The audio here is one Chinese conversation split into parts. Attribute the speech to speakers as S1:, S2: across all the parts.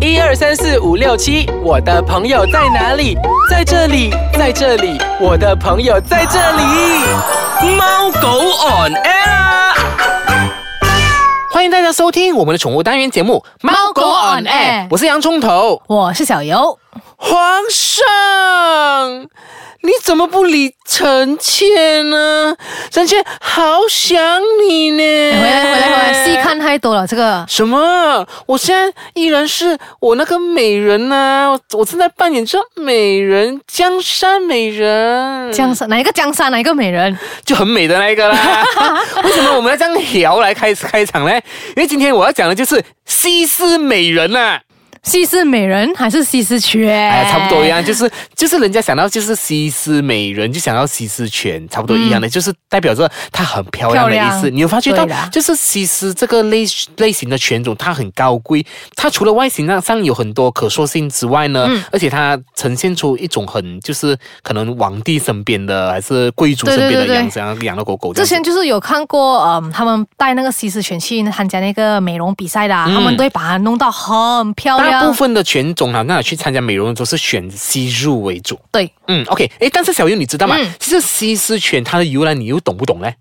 S1: 一二三四五六七，我的朋友在哪里？在这里，在这里，我的朋友在这里。
S2: 猫狗 on air 啊。
S3: 欢迎大家收听我们的宠物单元节目《
S4: 猫狗 on air
S3: 我是洋葱头。
S4: 我是小游，
S3: 皇上，你怎么不理臣妾呢？臣妾好想你呢。
S4: 回来哎回来回来，戏看太多了，这个
S3: 什么？我现在依然是我那个美人呐、我我正在扮演这美人江山美人，
S4: 江山哪一个江山哪一个美人？
S3: 就很美的那一个啦。为什么我们要这样聊来开开场呢？因为今天我要讲的就是西施美人啊呐、
S4: 西施美人还是西施缺？
S3: 哎，差不多一样，就是就是人家想到就是西施美人，就想到西施犬，差不多一样的，就是代表着它很漂亮的
S4: 嗯漂
S3: 意
S4: 亮
S3: 思。你有发觉到
S4: 对啦，
S3: 就是西施这个类类型的犬种，它很高贵，它除了外形上上有很多可塑性之外呢，
S4: 嗯
S3: 而且它呈现出一种很就是可能皇帝身边的还是贵族身边
S4: 对对
S3: 的
S4: 对对
S3: 养这样养的狗狗这
S4: 之
S3: 样子。
S4: 前就是有看过，嗯，他们带那个西施犬去参加那个美容比赛的啊、他们都会把它弄到很漂亮。
S3: 嗯大部分的犬种啊，那去参加美容的都是选西入为主。
S4: 对，
S3: 嗯，OK，哎，但是小优你知道吗？
S4: 嗯
S3: 其实西施犬它的由来你又懂不懂嘞？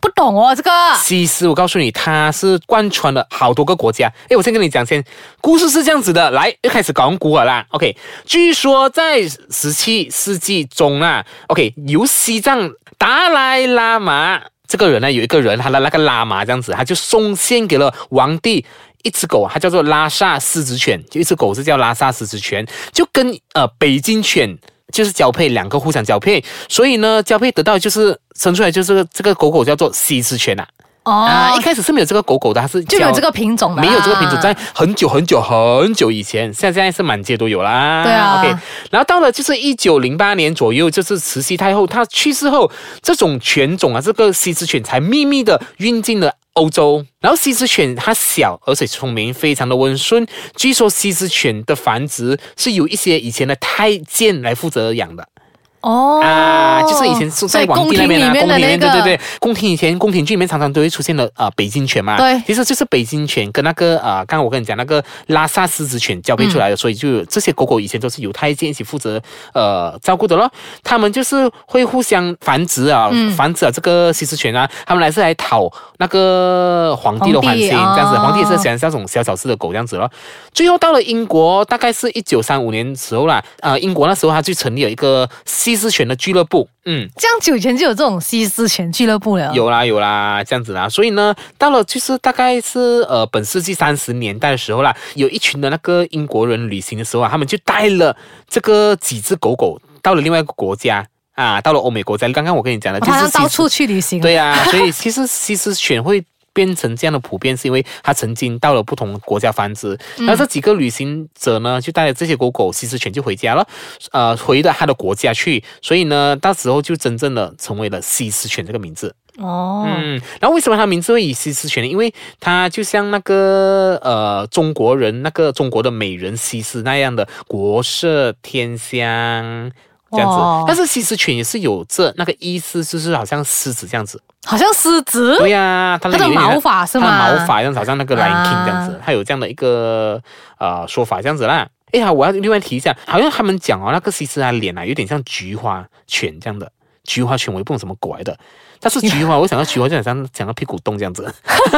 S4: 不懂哦，这个
S3: 西施，我告诉你，它是贯穿了好多个国家。诶，我先跟你讲先，故事是这样子的，来，又开始讲古了啦。OK，据说在十七世纪中啊，OK，由西藏达赖喇嘛这个人呢，有一个人，他的那个喇嘛这样子，他就送献给了皇帝。一只狗，它叫做拉萨狮子犬，就一只狗是叫拉萨狮子犬，就跟呃北京犬就是交配，两个互相交配，所以呢，交配得到就是生出来就是这个狗狗叫做西施犬啊。
S4: 哦、
S3: 啊，一开始是没有这个狗狗的，它是
S4: 就
S3: 叫
S4: 有这个品种的、啊
S3: 没有这个品种，在。很久很久很久以前，现在现在是满街都有啦。
S4: 对啊
S3: ，OK。然后到了就是一九零八年左右，就是慈禧太后她去世后，这种犬种啊，这个西施犬才秘密的运进了。欧洲，然后西施犬它小而且聪明，非常的温顺。据说西施犬的繁殖是由一些以前的太监来负责养的。
S4: 哦、
S3: 啊，就是以前是在
S4: 所以
S3: 皇帝那边啊，
S4: 宫廷里面
S3: 宫廷里面，
S4: 的
S3: 对
S4: 那
S3: 对
S4: 个
S3: 对，宫廷以前宫廷剧里面常常都会出现的啊、呃北京犬嘛，
S4: 对
S3: 其实就是北京犬跟那个啊、呃刚刚我跟你讲那个拉萨狮子犬交配出
S4: 嗯
S3: 来的，所以就有这些狗狗以前都是由太监一起负责呃照顾的咯，他们就是会互相繁殖啊，
S4: 嗯
S3: 繁殖啊这个西施犬啊，他们来是来讨那个皇帝的
S4: 皇
S3: 欢
S4: 帝
S3: 心，这样子，
S4: 哦
S3: 皇帝也是喜欢这种小小只的狗这样子咯。最后到了英国，大概是一九三五年时候啦，呃，英国那时候他就成立了一个西施犬的俱乐部，嗯，
S4: 这样久以前就有这种西施犬俱乐部了。
S3: 有啦有啦，这样子啦。所以呢，到了就是大概是呃本世纪三十年代的时候啦，有一群的那个英国人旅行的时候啊，他们就带了这个几只狗狗到了另外一个国家啊，到了欧美国家。刚刚我跟你讲的，
S4: 我
S3: 就
S4: 好
S3: 是
S4: 像
S3: 西
S4: 到
S3: 施
S4: 处去旅行。
S3: 对呀、所以其实西施犬会。变成这样的普遍，是因为它曾经到了不同国家繁殖，
S4: 嗯
S3: 然后这几个旅行者呢，就带着这些狗狗西施犬就回家了，呃，回到他的国家去，所以呢，到时候就真正的成为了西施犬这个名字。
S4: 哦、
S3: 嗯，然后为什么它名字会以西施犬呢？因为它就像那个呃中国人那个中国的美人西施那样的国色天香这样
S4: 哇
S3: 子，但是西施犬也是有这那个意思，就是好像狮子这样子。
S4: 好像狮 子。
S3: 对呀、它那
S4: 它
S3: 个
S4: 的
S3: 有点
S4: 毛发是吗
S3: 它的毛发样子好像那个 Lion
S4: 啊
S3: King 这样子，它有这样的一个呃说法这样子啦。哎呀，我要另外提一下，好像他们讲哦，那个西施啊脸啊有点像菊花犬这样的。菊花犬我也不懂什么狗来的，但是菊花，我想到菊花就很像讲到屁股洞这样子，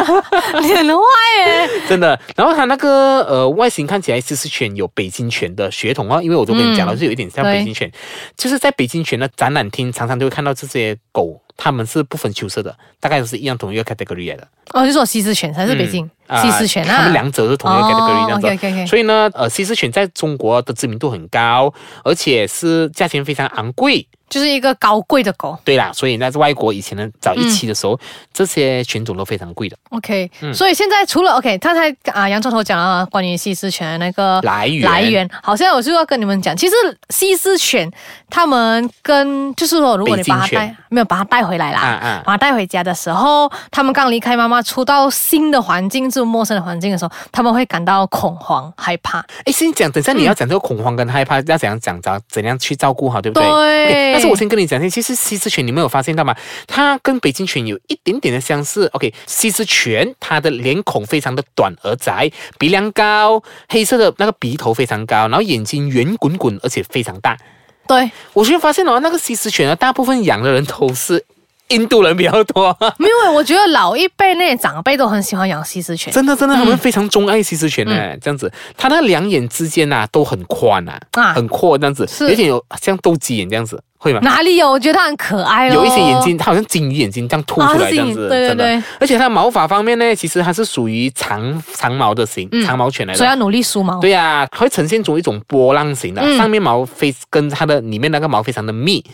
S4: 你很坏耶！
S3: 真的。然后它那个呃外形看起来西施犬有北京犬的血统哦，因为我都跟你讲了，
S4: 嗯
S3: 是有一点像北京犬，就是在北京犬的展览厅常常都会看到这些狗，它们是不分秋色的，大概都是一样同一个 category 来的。
S4: 哦，就说西施犬才是北京、
S3: 啊
S4: 西施犬啊。
S3: 他们两者是同一个 category 这样子。
S4: o k OK OK。
S3: 所以呢，呃，西施犬在中国的知名度很高，而且是价钱非常昂贵。
S4: 就是一个高贵的狗。
S3: 对啦，所以那在外国以前呢，早一期的
S4: 嗯
S3: 时候，这些犬种都非常贵的。
S4: OK，、所
S3: 嗯
S4: 以现在除了 OK，刚才啊杨总头讲了关于西施犬的那个
S3: 来源
S4: 来源，好，现在我就要跟你们讲，其实西施犬它们跟就是说，如果你把它
S3: 北京
S4: 带
S3: 犬
S4: 没有把它带带回来啦。
S3: 啊啊
S4: 然后带回家的时候，他们刚离开妈妈，出到新的环境，就是陌生的环境的时候，他们会感到恐慌、害怕。
S3: 哎，先讲，等一下你要讲这个恐慌跟害怕，要怎样讲着，怎样去照顾好，对不对？
S4: 对
S3: OK，但是我先跟你讲先，其实西施犬你没有发现到吗？它跟北京犬有一点点的相似。OK，西施犬它的脸孔非常的短而窄，鼻梁高，黑色的那个鼻头非常高，然后眼睛圆滚滚，而且非常大。
S4: 对，
S3: 我就发现哦，那个西施犬呢，大部分养的人都是印度人比较多。
S4: 没有，我觉得老一辈那些长辈都很喜欢养西施犬
S3: 真的真的，
S4: 嗯
S3: 他们非常钟爱西施犬呢、这样子，它那两眼之间呐、都很宽啊，
S4: 啊
S3: 很阔这样子，
S4: 是
S3: 有点有像斗鸡眼这样子，会吗？
S4: 哪里有？我觉得它很可爱咯
S3: 有一些眼睛，它好像金鱼眼睛这样凸出
S4: 哎啊
S3: 来
S4: 是
S3: 这样子，
S4: 对对
S3: 真的
S4: 对。
S3: 而且它毛发方面呢，其实它是属于长长毛的型，
S4: 嗯
S3: 长毛犬来
S4: 所以
S3: 的。
S4: 要努力梳毛。
S3: 对呀、它会呈现出一种波浪形的，
S4: 哦嗯
S3: 上面毛非跟它的里面那个毛非常的密。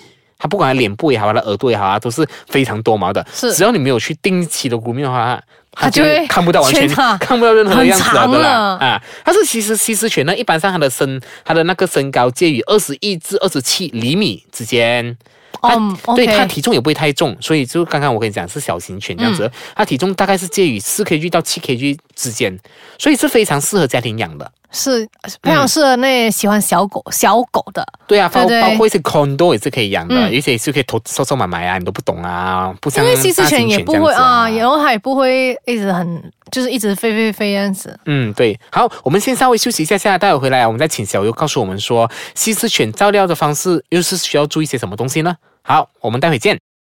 S3: 它不管它脸部也好啊，它的耳朵也好啊，都是非常多毛的。
S4: 是
S3: 只要你没有去定期的 grooming 的话，
S4: 它就会
S3: 看不到完全
S4: 全长
S3: 看不到任何的样子了的
S4: 很长
S3: 啦
S4: 了
S3: 啊。但是其实西施犬呢，一般上它的身它的那个身高介于二十一至二十七厘米之间。它
S4: 嗯
S3: 对
S4: OK
S3: 它体重也不会太重，所以就刚刚我跟你讲是小型犬这样子，
S4: 嗯
S3: 它体重大概是介于四 kg 到七 kg 之间，所以是非常适合家庭养的。
S4: 是非常适合那些喜欢小狗、小狗的。
S3: 对啊，包
S4: 对对
S3: 包括一些 condo 也是可以养的，
S4: 嗯
S3: 有一些也是可以投收收买买啊，你都不懂啊，不像
S4: 因为西施
S3: 大型
S4: 犬也不
S3: 这样
S4: 会
S3: 子啊
S4: 啊，然后它也不会一直很就是一直飞飞飞这样子。
S3: 嗯，对，好，我们先稍微休息一下下，待会回来我们再请小优告诉我们说，西施犬照料的方式又是需要注意些什么东西呢？好，我们待会见。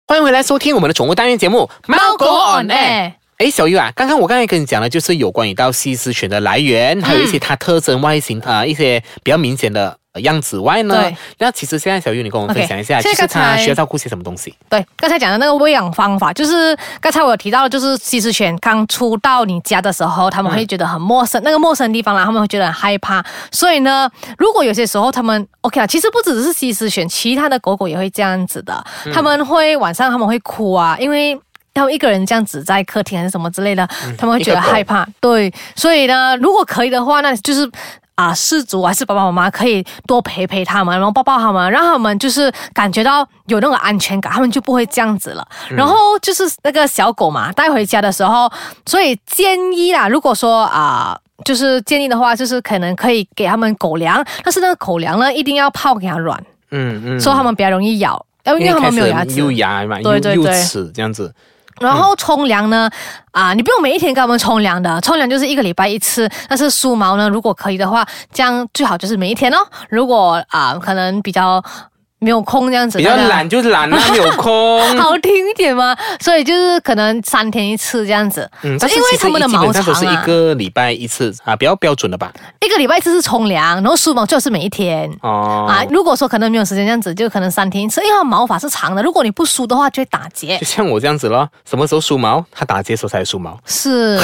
S3: 欢迎回来收听我们的宠物单元节目《猫狗 on air》。
S4: 哎，
S3: 哎，小优啊，刚刚我刚才跟你讲的就是有关于到西施犬的来源，还有一
S4: 嗯
S3: 些它特征、外形啊、呃一些比较明显的呃样子外呢
S4: 对，
S3: 那其实现在小优你跟我们
S4: OK，
S3: 分享一下，
S4: 现
S3: 就
S4: 在
S3: 是
S4: 刚
S3: 它
S4: 才
S3: 需要照顾些什么东西？
S4: 对，刚才讲的那个喂养方法，就是刚才我有提到，就是西施犬刚出到你家的时候，他们会觉得很陌生，那个陌生的地方啦，他们会觉得很害怕。所以呢，如果有些时候他们 OK 啊，其实不只是西施犬，其他的狗狗也会这样子的，他们会晚上他们会哭啊，因为。他们一个人这样子在客厅还是什么之类的，他们会觉得
S3: 一个狗
S4: 害怕。对，所以呢，如果可以的话，那就是啊，氏族还是爸爸妈妈可以多陪陪他们，然后抱抱他们，让他们就是感觉到有那种安全感，他们就不会这样子了。然后就是那个小狗嘛，带回家的时候，所以建议啦，如果说啊。就是建议的话，就是可能可以给他们狗粮，但是那个狗粮呢，一定要泡给它软，
S3: 嗯嗯，
S4: 所以他们比较容易咬，因为他们没有牙齿。
S3: 又牙嘛，又
S4: 对对
S3: 又
S4: 对
S3: 齿这样子，
S4: 然
S3: 嗯
S4: 后冲凉呢，啊，你不用每一天给我们冲凉的，冲凉就是一个礼拜一次。但是梳毛呢，如果可以的话，这样最好就是每一天哦。如果啊，可能比较没有空这样子，
S3: 比较
S4: 那个
S3: 懒就懒啊，没有空。
S4: 好听一点嘛，所以就是可能三天一次这样子。
S3: 嗯， 但是
S4: 因为
S3: 其实
S4: 他们的
S3: 基
S4: 毛
S3: 本上
S4: 长
S3: 都是一
S4: 啊，
S3: 个礼拜一次啊，比较标准的吧？
S4: 一个礼拜一次是冲凉，然后梳毛最好是每一天。
S3: 哦，
S4: 啊，如果说可能没有时间这样子，就可能三天一次，因为它毛发是长的，如果你不梳的话，就会打结
S3: 就。像我这样子咯，什么时候梳毛？他打结的时候才梳毛。
S4: 是，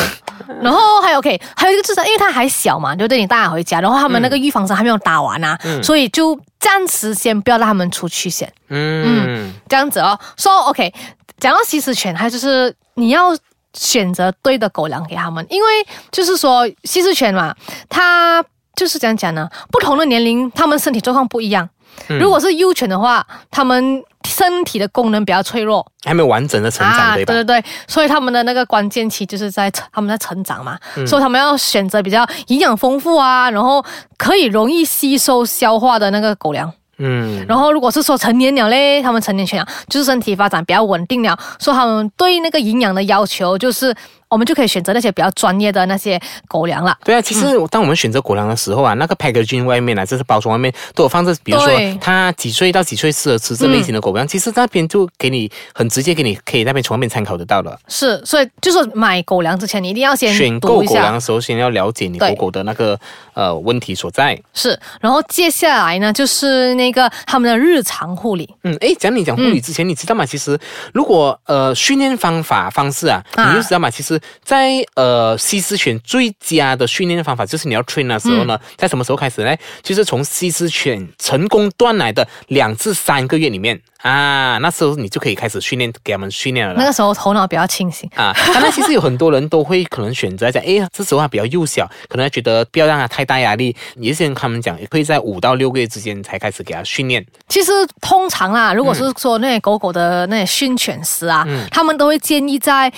S4: 然后还有 OK，还有一个就是因为他还小嘛，就对你带他回家，然后他们那个预防针还没有打完啊，所以就暂时先不要让他们出去先，
S3: 嗯，
S4: 这样子哦。说、so, OK，讲到吸食犬，它就是你要。选择对的狗粮给他们，因为就是说吸食犬嘛，它就是这样讲呢。不同的年龄，它们身体状况不一样。如果是幼犬的话，它们身体的功能比较脆弱，
S3: 还没有完整的成长，
S4: 啊，
S3: 对吧？
S4: 对对，所以他们的那个关键期就是在成他们在成长嘛，
S3: 嗯
S4: 所以他们要选择比较营养丰富啊，然后可以容易吸收消化的那个狗粮。
S3: 嗯，
S4: 然后如果是说成年了嘞，他们成年犬啊，就是身体发展比较稳定了，所以他们对那个营养的要求就是。我们就可以选择那些比较专业的那些狗粮了，
S3: 对啊，其实当我们选择狗粮的时候啊，那个 packaging 外面啊，就是包装外面都有放着，比如
S4: 嗯对嗯
S3: 说它几岁到几岁适合吃这类型的狗粮，其实那边就给你很直接给你可以那边从那边参考得到了。
S4: 是，所以就是买狗粮之前，你一定要先
S3: 选购
S4: 读一
S3: 狗
S4: 下。
S3: 粮的时候，先要了解你狗
S4: 对
S3: 狗的那个呃问题所在。
S4: 是，然后接下来呢，就是那个他们的日常护理，
S3: 嗯，诶，讲你讲护理之前，你知道吗？其实如果呃训练方法方式啊，
S4: 啊
S3: 你就知道嘛。其实实在呃西斯犬最佳的训练方法就是你要 train 的时候
S4: 嗯
S3: 呢，在什么时候开始呢？就是从西斯犬成功断奶的两至三个月里面啊，那时候你就可以开始训练给他们训练了啦。
S4: 那个时候头脑比较清醒。
S3: 啊，当然，其实有很多人都会可能选择讲，哎，这时候他比较幼小，可能觉得不要让他太大压力。有些人他们讲，会在五到六个月之间才开始给他训练。
S4: 其实通常啊，如果是说那些狗狗的那些训犬师啊，他们都会建议在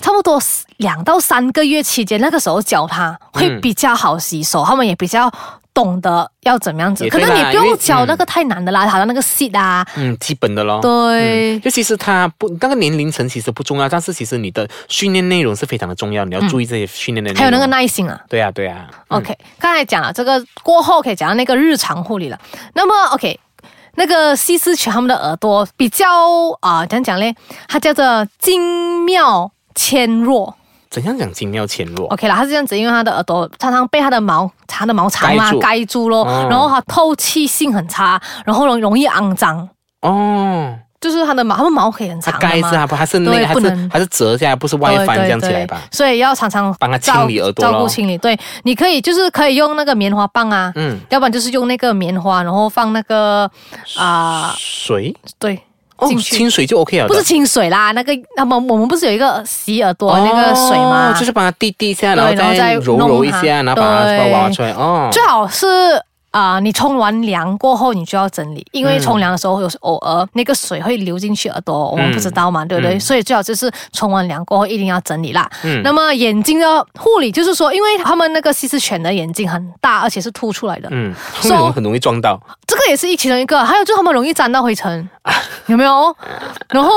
S4: 差不多两到三个月期间，那个时候教它会比较好洗手，他们也比较懂得要怎么样子。
S3: 也
S4: 可
S3: 对啦
S4: 能你不
S3: 因
S4: 用
S3: 为
S4: 教
S3: 嗯
S4: 那个太难的啦，它的那个 sit 啊，
S3: 嗯，基本的咯。
S4: 对。
S3: 就其实他不那个年龄层其实不重要，但是其实你的训练内容是非常的重要，你要注意这些训练的内容。
S4: 还有那个耐心啊
S3: 对啊，对啊。
S4: ，OK，刚才讲了这个过后可以讲到那个日常护理了。那么 OK，那个西斯犬它们的耳朵比较啊、怎样讲嘞？它叫做精妙纤弱，
S3: 怎样讲精妙纤弱？
S4: OK 啦，它是这样子，因为它的耳朵常常被它的毛、它的毛长啊
S3: 盖住
S4: 盖住咯，
S3: 哦
S4: 然后它透气性很差，然后容容易肮脏，
S3: 哦，
S4: 就是它的毛，它们毛可以很
S3: 它
S4: 长
S3: 盖
S4: 的
S3: 子
S4: 嘛。
S3: 啊，不，它是那
S4: 对
S3: 个，它
S4: 不
S3: 是
S4: 能
S3: 它是折下来，不是外翻这样起来吧？
S4: 对对所以要常常
S3: 帮它清
S4: 照
S3: 理耳朵咯
S4: 照顾清理。对，你可以就是可以用那个棉花棒啊，
S3: 嗯，
S4: 要不然就是用那个棉花，然后放那个啊、
S3: 水
S4: 对，
S3: 哦，
S4: 进去。
S3: 清水就 OK 了的。
S4: 不是清水啦，那个那么我们不是有一个洗耳朵的那个水吗？
S3: 哦就是把它滴滴一下，然后
S4: 对然后
S3: 再
S4: 再
S3: 揉
S4: 弄
S3: 揉一
S4: 它
S3: 下，然后把它
S4: 对
S3: 把它挖出来。哦，
S4: 最好是啊、你冲完凉过后你就要整理，因
S3: 嗯
S4: 为冲凉的时候有时偶尔那个水会流进去耳朵，我们不知道嘛，对不
S3: 嗯
S4: 对？所以最好就是冲完凉过后一定要整理啦。那么眼睛的护理就是说，因为他们那个西斯犬的眼睛很大，而且是凸出来的，
S3: 嗯，
S4: So-
S3: 会容易很容易撞到。
S4: 这个也是一其中一个。还有就是他们容易沾到灰 尘，有没有？然后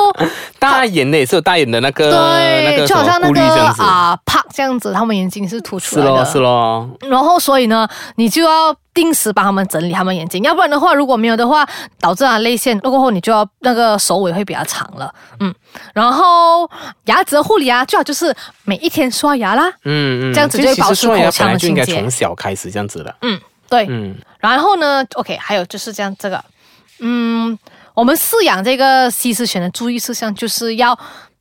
S3: 大眼的也是有大眼的那个，呃那
S4: 对，
S3: 个
S4: 就好
S3: 什
S4: 像那
S3: 么顾虑
S4: 个
S3: 这样子。
S4: 啊，啪这样子，他们眼睛是凸出
S3: 是
S4: 来
S3: 咯
S4: 的。
S3: 是咯，
S4: 然后所以呢，你就要定时帮他们整理他们眼睛，要不然的话，如果没有的话，导致啊泪腺过后，你就要那个手尾会比较长了，嗯。然后牙齿的护理啊，最好就是每一天刷牙啦，
S3: 嗯嗯，
S4: 这样子
S3: 其
S4: 就会
S3: 实
S4: 保持
S3: 刷牙
S4: 口
S3: 本
S4: 腔
S3: 来
S4: 的
S3: 就应该
S4: 清洁
S3: 从小开始这样子的。
S4: 嗯，对。
S3: 嗯，
S4: 然后呢，OK，还有就是这样这个，嗯，我们饲养这个西施犬的注意事项就是要，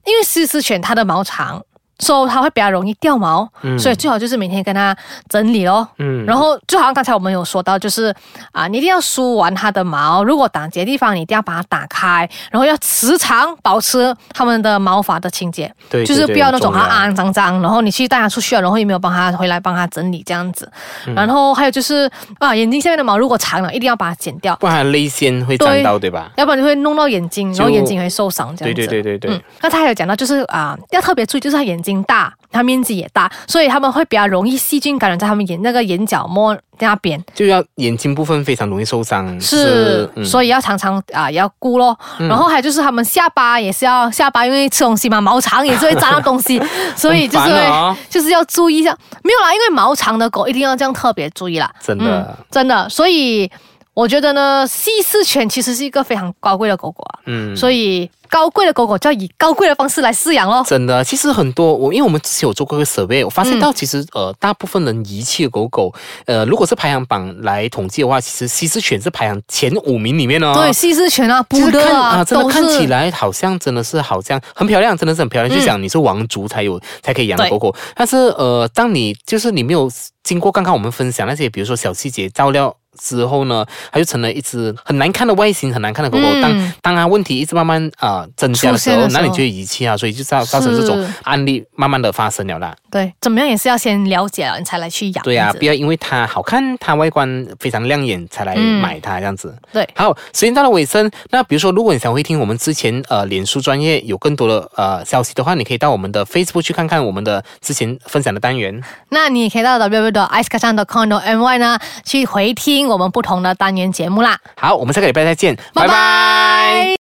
S4: 因为西施犬它的毛长。所以它会比较容易掉毛，所以最好就是每天跟它整理咯。
S3: 嗯
S4: 然后就好像刚才我们有说到，就是啊，你一定要梳完它的毛，如果打结的地方，你一定要把它打开，然后要时常保持它们的毛发的清洁，
S3: 对
S4: 就是
S3: 对
S4: 不要那种
S3: 很重要
S4: 啊啊肮脏脏，然后你去带它出去了，然后也没有帮它回来帮它整理这样子。
S3: 嗯
S4: 然后还有就是啊，眼睛下面的毛如果长了，一定要把它剪 掉，
S3: 不然泪腺会沾到，对吧？
S4: 要不然你会弄到眼睛，然后眼睛也会受伤这
S3: 对
S4: 样子。
S3: 对对对对，
S4: 嗯，那他还有讲到，就是啊、要特别注意，就是他眼睛大，他面积也大，所以他们会比较容易细菌感染在他们眼那个眼角膜那边，
S3: 就要眼睛部分非常容易受伤。
S4: 是，
S3: 嗯
S4: 所以要常常啊、也要顾咯。然后还有就是他们下巴也是要下巴，因为吃东西嘛，毛长也是会沾到东 西，所以就是
S3: 很
S4: 会、
S3: 烦哦
S4: 就是要注意一下。没有啦，因为毛长的狗一定要这样特别注意啦。
S3: 真的
S4: 嗯、真的，所以我觉得呢，西施犬其实是一个非常高贵的狗狗啊，
S3: 嗯
S4: 所以高贵的狗狗就要以高贵的方式来饲养咯。
S3: 真的，啊其实很多我，因为我们之前有做过一个 survey，我发
S4: 嗯
S3: 现到其实、呃，大部分人遗弃的狗狗，呃，如果是排行榜来统计的话，其实西施犬是排行前五名里面哦。
S4: 对，西施犬啊，
S3: 其
S4: 布
S3: 实
S4: 的
S3: 看
S4: 啊，
S3: 啊，真的
S4: 都
S3: 看起
S4: 是
S3: 来好像真的是好像很漂亮，真的是很漂亮。就想你是王族才有才可以养的
S4: 对
S3: 狗狗，但是呃，当你就是你没有经过刚刚我们分享那些，比如说小细节照料。之后呢，它就成了一只很难看的外形，很难看的狗狗。
S4: 嗯
S3: 当当它问题一直慢慢啊、呃增加的
S4: 出
S3: 时候，
S4: 现的时
S3: 那
S4: 候
S3: 你就会遗弃啊，所以就造造成这种
S4: 是
S3: 案例慢慢的发生了啦。
S4: 对，怎么样也是要先了解了，你才来去养。
S3: 对
S4: 这
S3: 呀、啊，
S4: 样子
S3: 不要因为它好看，它外观非常亮眼才来
S4: 嗯
S3: 买它这样子。
S4: 对，
S3: 好，时间到了尾声。那比如说，如果你想回听我们之前呃脸书专业有更多的呃消息的话，你可以到我们的 Facebook 去看看我们的之前分享的单元。
S4: 那你也可以到 w w w i c e k a c a n g c o m m y 呢去回听我们不同的单元节目啦。
S3: 好，我们下个礼拜再见，
S4: 拜拜